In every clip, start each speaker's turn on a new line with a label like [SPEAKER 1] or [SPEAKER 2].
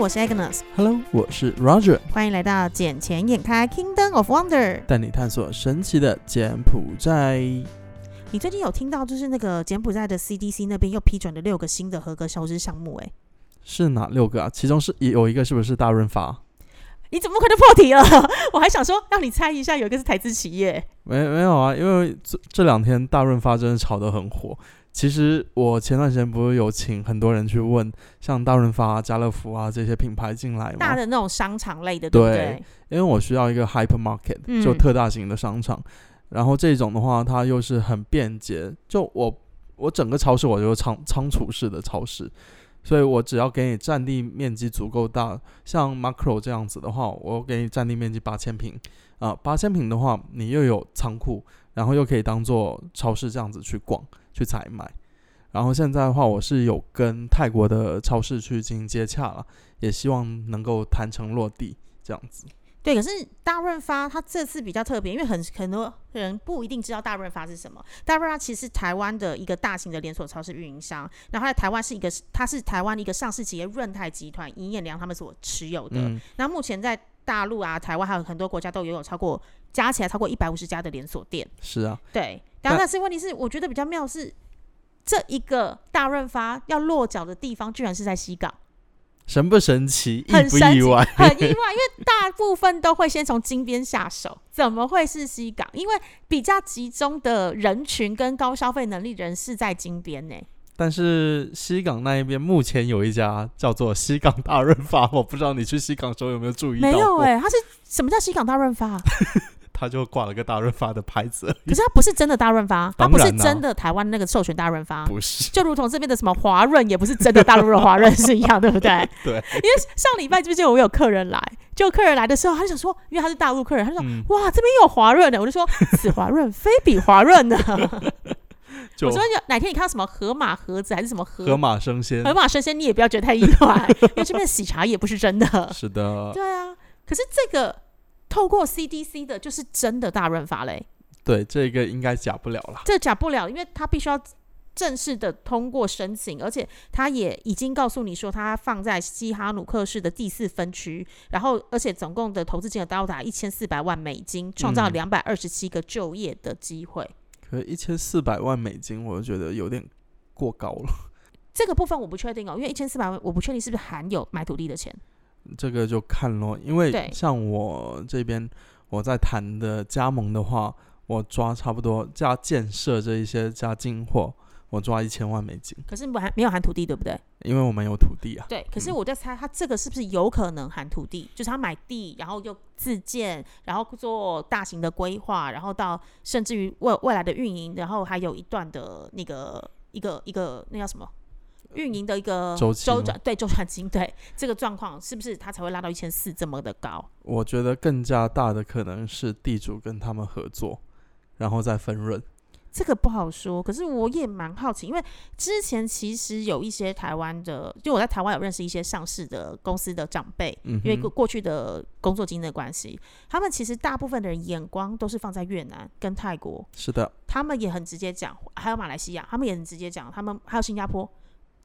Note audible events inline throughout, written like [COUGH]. [SPEAKER 1] 我是 Agnes，
[SPEAKER 2] Hello，我是 Roger，
[SPEAKER 1] 欢迎来到《捡钱眼开 Kingdom of Wonder》。
[SPEAKER 2] 带你探索神奇的柬埔寨。
[SPEAKER 1] 你最近有听到就是那个柬埔寨的 CDC 那边又批准了六个新的合格消资项目、哎，
[SPEAKER 2] 是哪六个啊？其中是有一个是不是大润发？
[SPEAKER 1] 你怎么快就破题了？ [LAUGHS] 我还想说让你猜一下，有一个是台资企业，
[SPEAKER 2] 没没有啊，因为这这两天大润发真的炒得很火。其实我前段时间不是有请很多人去问，像大润发、啊、家乐福啊这些品牌进来
[SPEAKER 1] 大
[SPEAKER 2] 吗？
[SPEAKER 1] 的那种商场类的，对不
[SPEAKER 2] 对
[SPEAKER 1] 对？
[SPEAKER 2] 因为我需要一个 hypermarket，
[SPEAKER 1] 嗯
[SPEAKER 2] 就特大型的商场。然后这种的话，它又是很便捷，就我我整个超市我就仓仓储式的超市，所以我只要给你占地面积足够大，像 Macro 这样子的话，我给你占地面积八千平啊，八千平的话，你又有仓库，然后又可以当做超市这样子去逛去采买。然后现在的话，我是有跟泰国的超市去进行接洽了，也希望能够谈成落地这样子。
[SPEAKER 1] 对，可是大润发它这次比较特别，因为很很多人不一定知道大润发是什么。大润发其实是台湾的一个大型的连锁超市运营商，然后在台湾是一个，它是台湾的一个上市企业润泰集团尹彦良他们所持有的。
[SPEAKER 2] 嗯，
[SPEAKER 1] 那目前在大陆啊、台湾还有很多国家都拥有超过加起来超过一百五十家的连锁店。
[SPEAKER 2] 是啊，
[SPEAKER 1] 对，然后
[SPEAKER 2] 但
[SPEAKER 1] 但是问题是，我觉得比较妙是这一个大润发要落脚的地方，居然是在西
[SPEAKER 2] [LAUGHS]
[SPEAKER 1] 港，
[SPEAKER 2] 神不神奇，
[SPEAKER 1] 很
[SPEAKER 2] 意不
[SPEAKER 1] 神
[SPEAKER 2] 意
[SPEAKER 1] 奇
[SPEAKER 2] 外？
[SPEAKER 1] 很意外，因为大部分都会先从金边下手，怎么会是西港？因为比较集中的人群跟高消费能力人是在金边呢、
[SPEAKER 2] 但是西港那一边目前有一家叫做西港大润发，我不知道你去西港的时候有没有注意到
[SPEAKER 1] 没
[SPEAKER 2] 过，
[SPEAKER 1] 有哎、它是什么叫西港大润发
[SPEAKER 2] [LAUGHS]
[SPEAKER 1] 啊？
[SPEAKER 2] 他就挂了个大润发的牌子
[SPEAKER 1] [LAUGHS]
[SPEAKER 2] 而已，
[SPEAKER 1] 可是它不是真的大润发，它
[SPEAKER 2] 当
[SPEAKER 1] 不是
[SPEAKER 2] 然啦
[SPEAKER 1] 真的台湾那个授权大润发，啊
[SPEAKER 2] 不是？
[SPEAKER 1] 就如同这边的什么华润，也不是真的大陆的华润是一样，对不对？
[SPEAKER 2] [LAUGHS] 对
[SPEAKER 1] 因为上礼拜就是我有客人来，就客人来的时候，他就想说，因为他是大陆客人，他就说。
[SPEAKER 2] 嗯，
[SPEAKER 1] 哇，这边有华润的，我就说此华润非彼华润
[SPEAKER 2] [LAUGHS]
[SPEAKER 1] 呢。
[SPEAKER 2] 就
[SPEAKER 1] 我说有哪天你看到什么河马盒子还是什么河
[SPEAKER 2] 哦河马生鲜
[SPEAKER 1] 河，马生鲜，你也不要觉得太意外，因为这边的喜茶也不是真
[SPEAKER 2] [LAUGHS]
[SPEAKER 1] 的。
[SPEAKER 2] 是的，
[SPEAKER 1] 对啊，可是这个透过 CDC 的就是真的大润发嘞。
[SPEAKER 2] 对，这个应该假不了啦。
[SPEAKER 1] 这假不了，因为他必须要正式的通过申请，而且他也已经告诉你说，他放在西哈努克市的第四分区，然后而且总共的投资金额高达一千四百万美金，创造
[SPEAKER 2] 嗯
[SPEAKER 1] 两百二十七个就业的机会。
[SPEAKER 2] 可一千四百万美金，我就觉得有点过高了，
[SPEAKER 1] 这个部分我不确定哦，因为一千四百万，我不确定是不是含有买土地的钱。
[SPEAKER 2] 这个就看咯，因
[SPEAKER 1] 对
[SPEAKER 2] 为像我这边我在谈的加盟的话，我抓差不多加建设这一些加进货，我抓一千万美金，
[SPEAKER 1] 可是不含没有含土地，对不对？
[SPEAKER 2] 因为我们有土地啊。
[SPEAKER 1] 对。可是
[SPEAKER 2] 嗯
[SPEAKER 1] 我在猜，他这个是不是有可能含土地？就是他买地，然后又自建，然后做大型的规划，然后到甚至于未未来的运营，然后还有一段的那个一个一个那叫什么？运营的一个
[SPEAKER 2] 周期吗
[SPEAKER 1] 转对周转金对这个状况是不是他才会拉到一千四这么的高？
[SPEAKER 2] 我觉得更加大的可能是地主跟他们合作，然后再分润。
[SPEAKER 1] 这个不好说，可是我也蛮好奇，因为之前其实有一些台湾的，就我在台湾有认识一些上市的公司的长辈，
[SPEAKER 2] 嗯
[SPEAKER 1] 因为过
[SPEAKER 2] 哼，
[SPEAKER 1] 过去的工作经验的关系，他们其实大部分的人眼光都是放在越南跟泰国，
[SPEAKER 2] 是的，
[SPEAKER 1] 他们也很直接讲，还有马来西亚，他们也很直接讲，他们还有新加坡，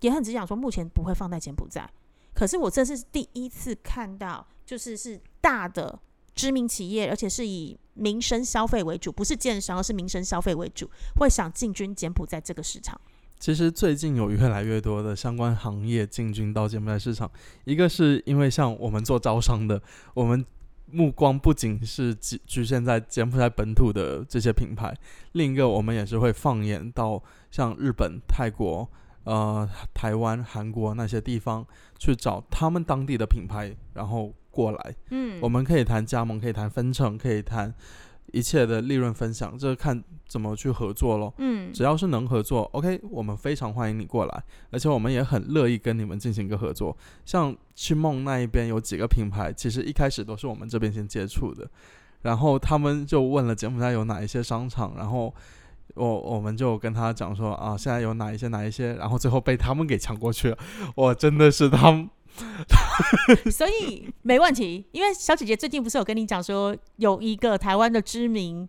[SPEAKER 1] 也很直接讲说目前不会放在柬埔寨。可是我这是第一次看到，就是是大的知名企业，而且是以民生消费为主，不是建商，而是民生消费为主，会想进军柬埔寨这个市场。
[SPEAKER 2] 其实最近有越来越多的相关行业进军到柬埔寨市场，一个是因为像我们做招商的，我们目光不仅是局局限在柬埔寨本土的这些品牌，另一个我们也是会放眼到像日本、泰国、呃台湾、韩国那些地方去找他们当地的品牌，然后过来。
[SPEAKER 1] 嗯
[SPEAKER 2] 我们可以谈加盟，可以谈分成，可以谈一切的利润分享，这看怎么去合作咯。
[SPEAKER 1] 嗯
[SPEAKER 2] 只要是能合作，OK，我们非常欢迎你过来，而且我们也很乐意跟你们进行一个合作。像去梦那一边有几个品牌，其实一开始都是我们这边先接触的，然后他们就问了柬埔寨有哪一些商场，然后我我们就跟他讲说啊，现在有哪一些哪一些，然后最后被他们给抢过去了。我真的是他们 [LAUGHS]
[SPEAKER 1] 所以没问题，因为小姐姐最近不是有跟你讲说，有一个台湾的知名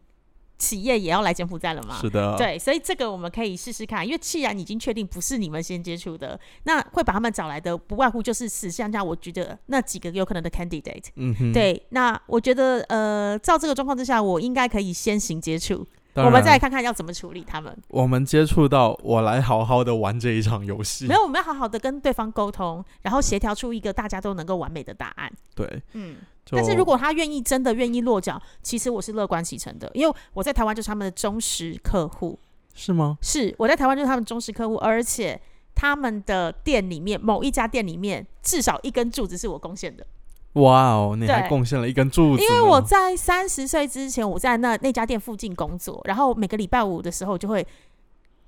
[SPEAKER 1] 企业也要来柬埔寨了嘛？
[SPEAKER 2] 是啊的，，
[SPEAKER 1] 啊对，所以这个我们可以试试看，因为既然已经确定不是你们先接触的，那会把他们找来的，不外乎就是史上下我觉得那几个有可能的 candidate。
[SPEAKER 2] 嗯哼，，
[SPEAKER 1] 对，那我觉得呃，照这个状况之下，我应该可以先行接触，
[SPEAKER 2] 当
[SPEAKER 1] 我们
[SPEAKER 2] 然
[SPEAKER 1] 再来看看要怎么处理他们。
[SPEAKER 2] 我们接触到，我来好好的玩这一场游戏
[SPEAKER 1] 没。有，我们要好好的跟对方沟通，然后协调出一个大家都能够完美的答案。
[SPEAKER 2] 对，
[SPEAKER 1] 嗯，
[SPEAKER 2] 就
[SPEAKER 1] 但是如果他愿意真的愿意落脚，其实我是乐观其成的，因为我在台湾就是他们的忠实客户。
[SPEAKER 2] 是吗？
[SPEAKER 1] 是我在台湾就是他们忠实客户，而且他们的店里面某一家店里面至少一根柱子是我贡献的，
[SPEAKER 2] 哇哦，你还
[SPEAKER 1] 对
[SPEAKER 2] 贡献了一根柱子呢，
[SPEAKER 1] 因为我在三十岁之前我在那那家店附近工作，然后每个礼拜五的时候就会。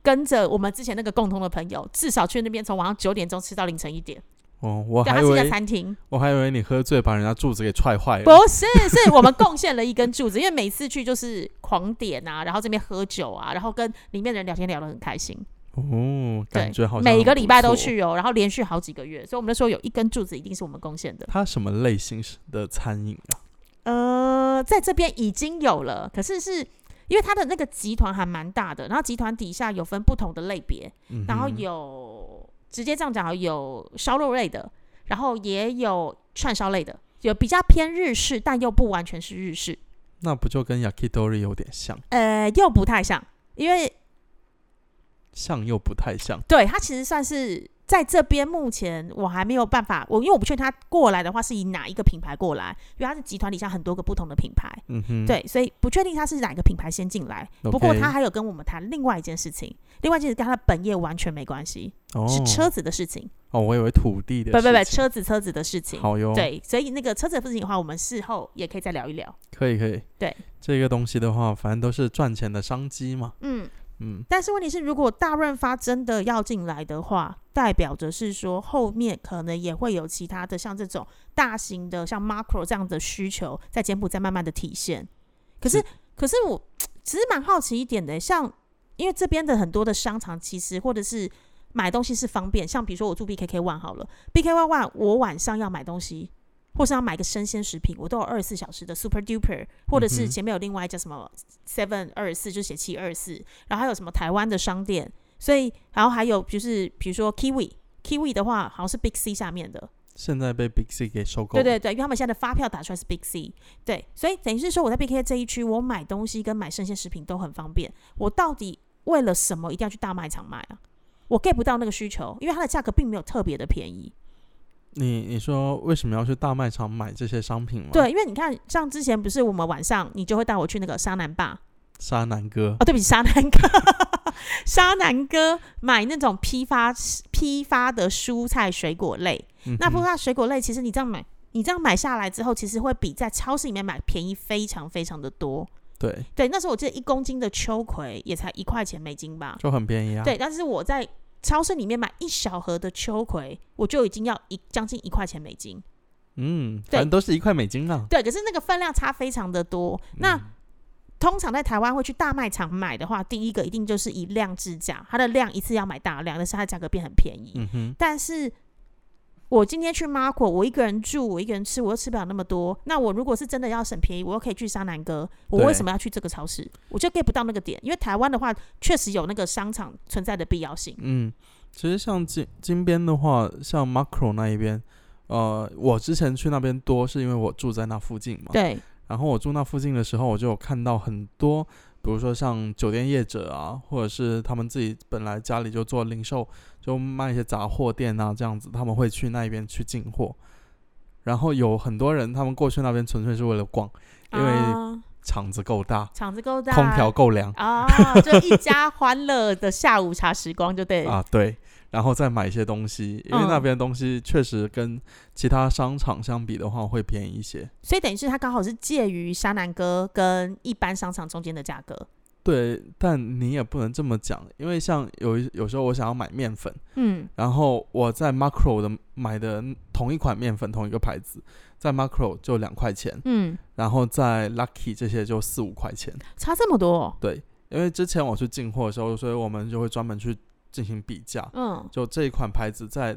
[SPEAKER 1] 跟着我们之前那个共同的朋友，至少去那边从晚上九点钟吃到凌晨一点。
[SPEAKER 2] 哦，我
[SPEAKER 1] 对，
[SPEAKER 2] 还
[SPEAKER 1] 它
[SPEAKER 2] 以
[SPEAKER 1] 是一家
[SPEAKER 2] 为
[SPEAKER 1] 餐厅，
[SPEAKER 2] 我还以为你喝醉把人家柱子给踹坏
[SPEAKER 1] 不
[SPEAKER 2] 了。
[SPEAKER 1] 是，是我们贡献了一根柱子，因为每次去就是狂点啊，然后这边喝酒啊，然后跟里面的人聊天聊得很开 [LAUGHS] 心。
[SPEAKER 2] 哦，感
[SPEAKER 1] 对
[SPEAKER 2] 觉好像
[SPEAKER 1] 每个礼拜都
[SPEAKER 2] 很不错。
[SPEAKER 1] 去哦，然后连续好几个月，所以我们就说有一根柱子一定是我们贡献的。
[SPEAKER 2] 它什么类型的餐饮啊？
[SPEAKER 1] 呃，在这边已经有了，可是是因为它的那个集团还蛮大的，然后集团底下有分不同的类别，
[SPEAKER 2] 嗯哼
[SPEAKER 1] 然后有直接这样讲好，有烧肉类的，然后也有串烧类的，有比较偏日式，但又不完全是日式，
[SPEAKER 2] 那不就跟 yakitori 有点像，
[SPEAKER 1] 呃，又不太像，因为
[SPEAKER 2] 像又不太像。
[SPEAKER 1] 对它其实算是。在这边目前我还没有办法，我因为我不确定它过来的话是以哪一个品牌过来，因为它是集团底下很多个不同的品牌，
[SPEAKER 2] 嗯哼，，
[SPEAKER 1] 对，所以不确定他是哪个品牌先进来。不过
[SPEAKER 2] OK
[SPEAKER 1] 他还有跟我们谈另外一件事情，另外一件事跟他的本业完全没关系，
[SPEAKER 2] 哦，
[SPEAKER 1] 是车子的事情。
[SPEAKER 2] 哦，我以为土地的
[SPEAKER 1] 不不不，
[SPEAKER 2] 事情
[SPEAKER 1] 车子车子的事情。
[SPEAKER 2] 好哦哟，，
[SPEAKER 1] 对，所以那个车子的事情的话，我们事后也可以再聊一聊。
[SPEAKER 2] 可以可以，
[SPEAKER 1] 对
[SPEAKER 2] 这个东西的话，反正都是赚钱的商机嘛，
[SPEAKER 1] 嗯，
[SPEAKER 2] 嗯，
[SPEAKER 1] 但是问题是，如果大润发真的要进来的话，代表着是说后面可能也会有其他的像这种大型的像 Macro 这样的需求在柬埔寨慢慢的体现。可是
[SPEAKER 2] 是，
[SPEAKER 1] 可是我其实蛮好奇一点的，欸像因为这边的很多的商场其实或者是买东西是方便，像比如说我住 BKK One 好了，BKK One 我晚上要买东西。或是要买个生鲜食品，我都有二十四小时的 Super Duper，或者
[SPEAKER 2] 嗯
[SPEAKER 1] 是
[SPEAKER 2] 哼
[SPEAKER 1] 前面有另外一家什么 Seven 二四，就写七二四，然后还有什么台湾的商店，所以然后还有就是比如说 Kiwi。Kiwi 的话，好像是 Big C 下面的，
[SPEAKER 2] 现在被 Big C 给收购，
[SPEAKER 1] 对对，对，因为他们现在的发票打出来是 Big C，对，所以等于是说我在 Big K 这一区，我买东西跟买生鲜食品都很方便。我到底为了什么一定要去大卖场买啊？我 get 不到那个需求，因为它的价格并没有特别的便宜。
[SPEAKER 2] 你你说为什么要去大卖场买这些商品吗？，
[SPEAKER 1] 对，因为你看，像之前不是我们晚上你就会带我去那个沙南坝，
[SPEAKER 2] 沙南哥
[SPEAKER 1] 哦，对不起，沙南哥， [LAUGHS] 沙南哥买那种批发批发的蔬菜水果类，那
[SPEAKER 2] 嗯
[SPEAKER 1] 批
[SPEAKER 2] 哼
[SPEAKER 1] 发水果类其实你这样买，你这样买下来之后，其实会比在超市里面买便宜非常非常的多。
[SPEAKER 2] 对，
[SPEAKER 1] 对，那时候我记得一公斤的秋葵也才一块钱美金吧，
[SPEAKER 2] 就很便宜啊，
[SPEAKER 1] 对，但是我在超市里面买一小盒的秋葵，我就已经要一将近一块钱美金。
[SPEAKER 2] 嗯，反正都是一块美金啦，
[SPEAKER 1] 对，可是那个分量差非常的多。那、通常在台湾会去大卖场买的话，第一个一定就是以量制价，它的量一次要买大量，但是它的价格变很便宜。
[SPEAKER 2] 嗯哼，
[SPEAKER 1] 但是我今天去 Marco，我一个人住，我一个人吃，我又吃不了那么多。那我如果是真的要省便宜，我又可以去沙南哥，我
[SPEAKER 2] 对
[SPEAKER 1] 为什么要去这个超市？我就 get 不到那个点，因为台湾的话确实有那个商场存在的必要性。
[SPEAKER 2] 嗯，其实像金金边的话，像 Macro 那一边，呃，我之前去那边多是因为我住在那附近嘛，
[SPEAKER 1] 对，
[SPEAKER 2] 然后我住那附近的时候，我就有看到很多，比如说像酒店业者啊，或者是他们自己本来家里就做零售，就卖一些杂货店啊这样子，他们会去那边去进货。然后有很多人，他们过去那边纯粹是为了逛，因为
[SPEAKER 1] 啊
[SPEAKER 2] 场子够大，
[SPEAKER 1] 场子够大，
[SPEAKER 2] 空调够凉
[SPEAKER 1] 啊，就一家欢乐的下午茶时光，就对了。
[SPEAKER 2] [LAUGHS] 啊，对。然后再买一些东西，因为那
[SPEAKER 1] 嗯
[SPEAKER 2] 边东西确实跟其他商场相比的话会便宜一些。
[SPEAKER 1] 所以等于是它刚好是介于沙南哥跟一般商场中间的价格。
[SPEAKER 2] 对，但你也不能这么讲，因为像有一有时候我想要买面粉，
[SPEAKER 1] 嗯，
[SPEAKER 2] 然后我在 Macro 的买的同一款面粉，同一个牌子，在 Macro 就两块钱，
[SPEAKER 1] 嗯，
[SPEAKER 2] 然后在 Lucky 这些就四五块钱。
[SPEAKER 1] 差这么多哦、
[SPEAKER 2] 对，因为之前我去进货的时候，所以我们就会专门去进行比价，
[SPEAKER 1] 嗯，
[SPEAKER 2] 就这一款牌子在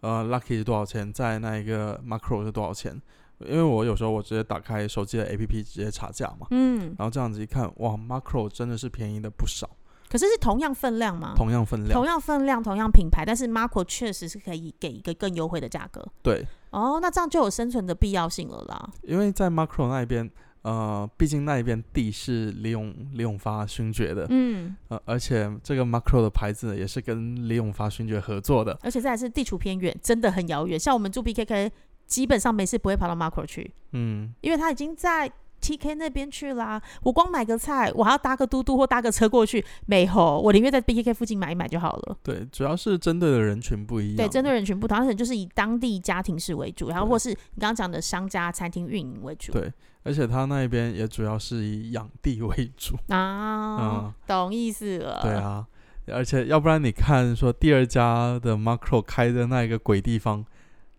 [SPEAKER 2] 呃 Lucky 是多少钱，在那一个 Macro 是多少钱。因为我有时候我直接打开手机的 APP 直接查价嘛，
[SPEAKER 1] 嗯，
[SPEAKER 2] 然后这样子一看，哇，Macro 真的是便宜的不少，
[SPEAKER 1] 可是是同样分量吗？
[SPEAKER 2] 同样分量
[SPEAKER 1] 嗯同，样分量、同样品牌，但是 Marco 确实是可以给一个更优惠的价格。
[SPEAKER 2] 对，
[SPEAKER 1] 哦，那这样就有生存的必要性了啦。
[SPEAKER 2] 因为在 Macro 那一边，呃，毕竟那一边地是李永李永发勋爵的，
[SPEAKER 1] 嗯，
[SPEAKER 2] 呃，而且这个 Macro 的牌子也是跟李永发勋爵合作的，
[SPEAKER 1] 而且再来是地处偏远，真的很遥远。像我们住 BKK，基本上没事不会跑到 Marco 去，
[SPEAKER 2] 嗯，
[SPEAKER 1] 因为它已经在 TK 那边去啦。我光买个菜，我还要搭个嘟嘟或搭个车过去，没吼，我宁愿在 BKK 附近买一买就好了。
[SPEAKER 2] 对，主要是针对的人群不一样，
[SPEAKER 1] 对，针对人群不同，它可能就是以当地家庭式为主，然后
[SPEAKER 2] 对
[SPEAKER 1] 或是你刚刚讲的商家、餐厅运营为主。
[SPEAKER 2] 对而且他那一边也主要是以养地为主，
[SPEAKER 1] 啊，懂意思了。
[SPEAKER 2] 对啊，而且要不然你看说第二家的 Macro 开的那一个鬼地方，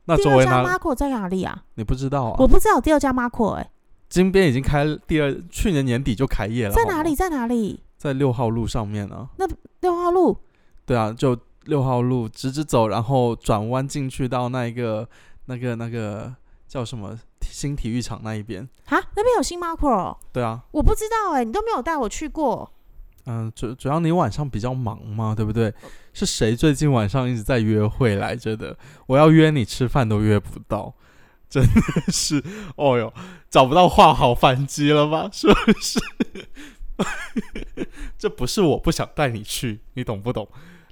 [SPEAKER 2] 那
[SPEAKER 1] 第
[SPEAKER 2] 周
[SPEAKER 1] 二
[SPEAKER 2] 围
[SPEAKER 1] 家
[SPEAKER 2] 哪
[SPEAKER 1] Marco 在哪里啊？
[SPEAKER 2] 你不知道
[SPEAKER 1] 我
[SPEAKER 2] 啊？
[SPEAKER 1] 不知道有第二家 Marco 哎、
[SPEAKER 2] 金边已经开第二，去年年底就开业了，
[SPEAKER 1] 在
[SPEAKER 2] 好
[SPEAKER 1] 哪
[SPEAKER 2] 吗
[SPEAKER 1] 里？？在哪里？
[SPEAKER 2] 在六号路上面啊。
[SPEAKER 1] 六号路
[SPEAKER 2] 对啊，就六号路直直走，然后转弯进去到那一个那个那个叫什么新体育场那一边。
[SPEAKER 1] 啊，那边有新 Marco，哦
[SPEAKER 2] 对啊，
[SPEAKER 1] 我不知道哎、你都没有带我去
[SPEAKER 2] [LAUGHS]
[SPEAKER 1] 过。
[SPEAKER 2] 嗯、主主要你晚上比较忙嘛，对不
[SPEAKER 1] 哦
[SPEAKER 2] 对？是谁最近晚上一直在约会来着的？我要约你吃饭都约不到，真的是，哦哟，找不到话好反击了吧？是不是？ [LAUGHS] 这不是我不想带你去，你懂不懂？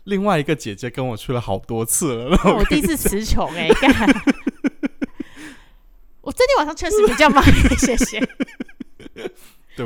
[SPEAKER 2] 另外一个姐姐跟我去了好多次了，
[SPEAKER 1] 那我第一次词穷哎， [LAUGHS] 干。我这天晚上确实比较
[SPEAKER 2] [LAUGHS]
[SPEAKER 1] 忙一些些，
[SPEAKER 2] 对嗯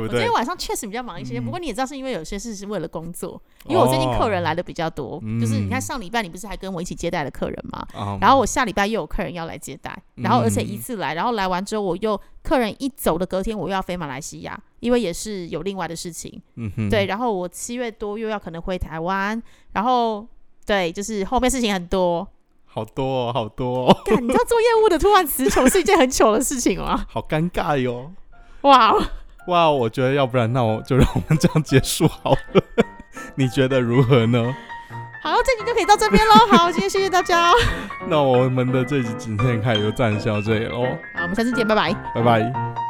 [SPEAKER 1] 我
[SPEAKER 2] 不
[SPEAKER 1] 今
[SPEAKER 2] 对
[SPEAKER 1] 天？晚上确实比较忙一些些。不过你也知道，是因为有些事是为了工作，因为我最近客人来的比较多。就是你看
[SPEAKER 2] 哦嗯
[SPEAKER 1] 上礼拜你不是还跟我一起接待了客人吗？
[SPEAKER 2] 啊
[SPEAKER 1] 然后我下礼拜又有客人要来接待，然后而且一
[SPEAKER 2] 嗯
[SPEAKER 1] 次来，然后来完之后我又客人一走的隔天我又要飞马来西亚，因为也是有另外的事情，
[SPEAKER 2] 嗯哼，
[SPEAKER 1] 对，，然后我七月多又要可能回台湾，然后对，就是后面事情很
[SPEAKER 2] [LAUGHS]
[SPEAKER 1] 多。
[SPEAKER 2] 好多哦，好多、哦，
[SPEAKER 1] 干，你知道做业务的突然词穷是一件很糗的事情吗？
[SPEAKER 2] 好尴尬哟。
[SPEAKER 1] 哇，
[SPEAKER 2] 哇，我觉得要不然那我就让我们这样结束好了， [LAUGHS] 你觉得如何呢？
[SPEAKER 1] 好，这集就可以到这边喽。好，今天谢谢大家哦，
[SPEAKER 2] 那我们的这集今天开始就暂时到这里喽，
[SPEAKER 1] 好，我们下次见，拜拜。
[SPEAKER 2] 拜拜。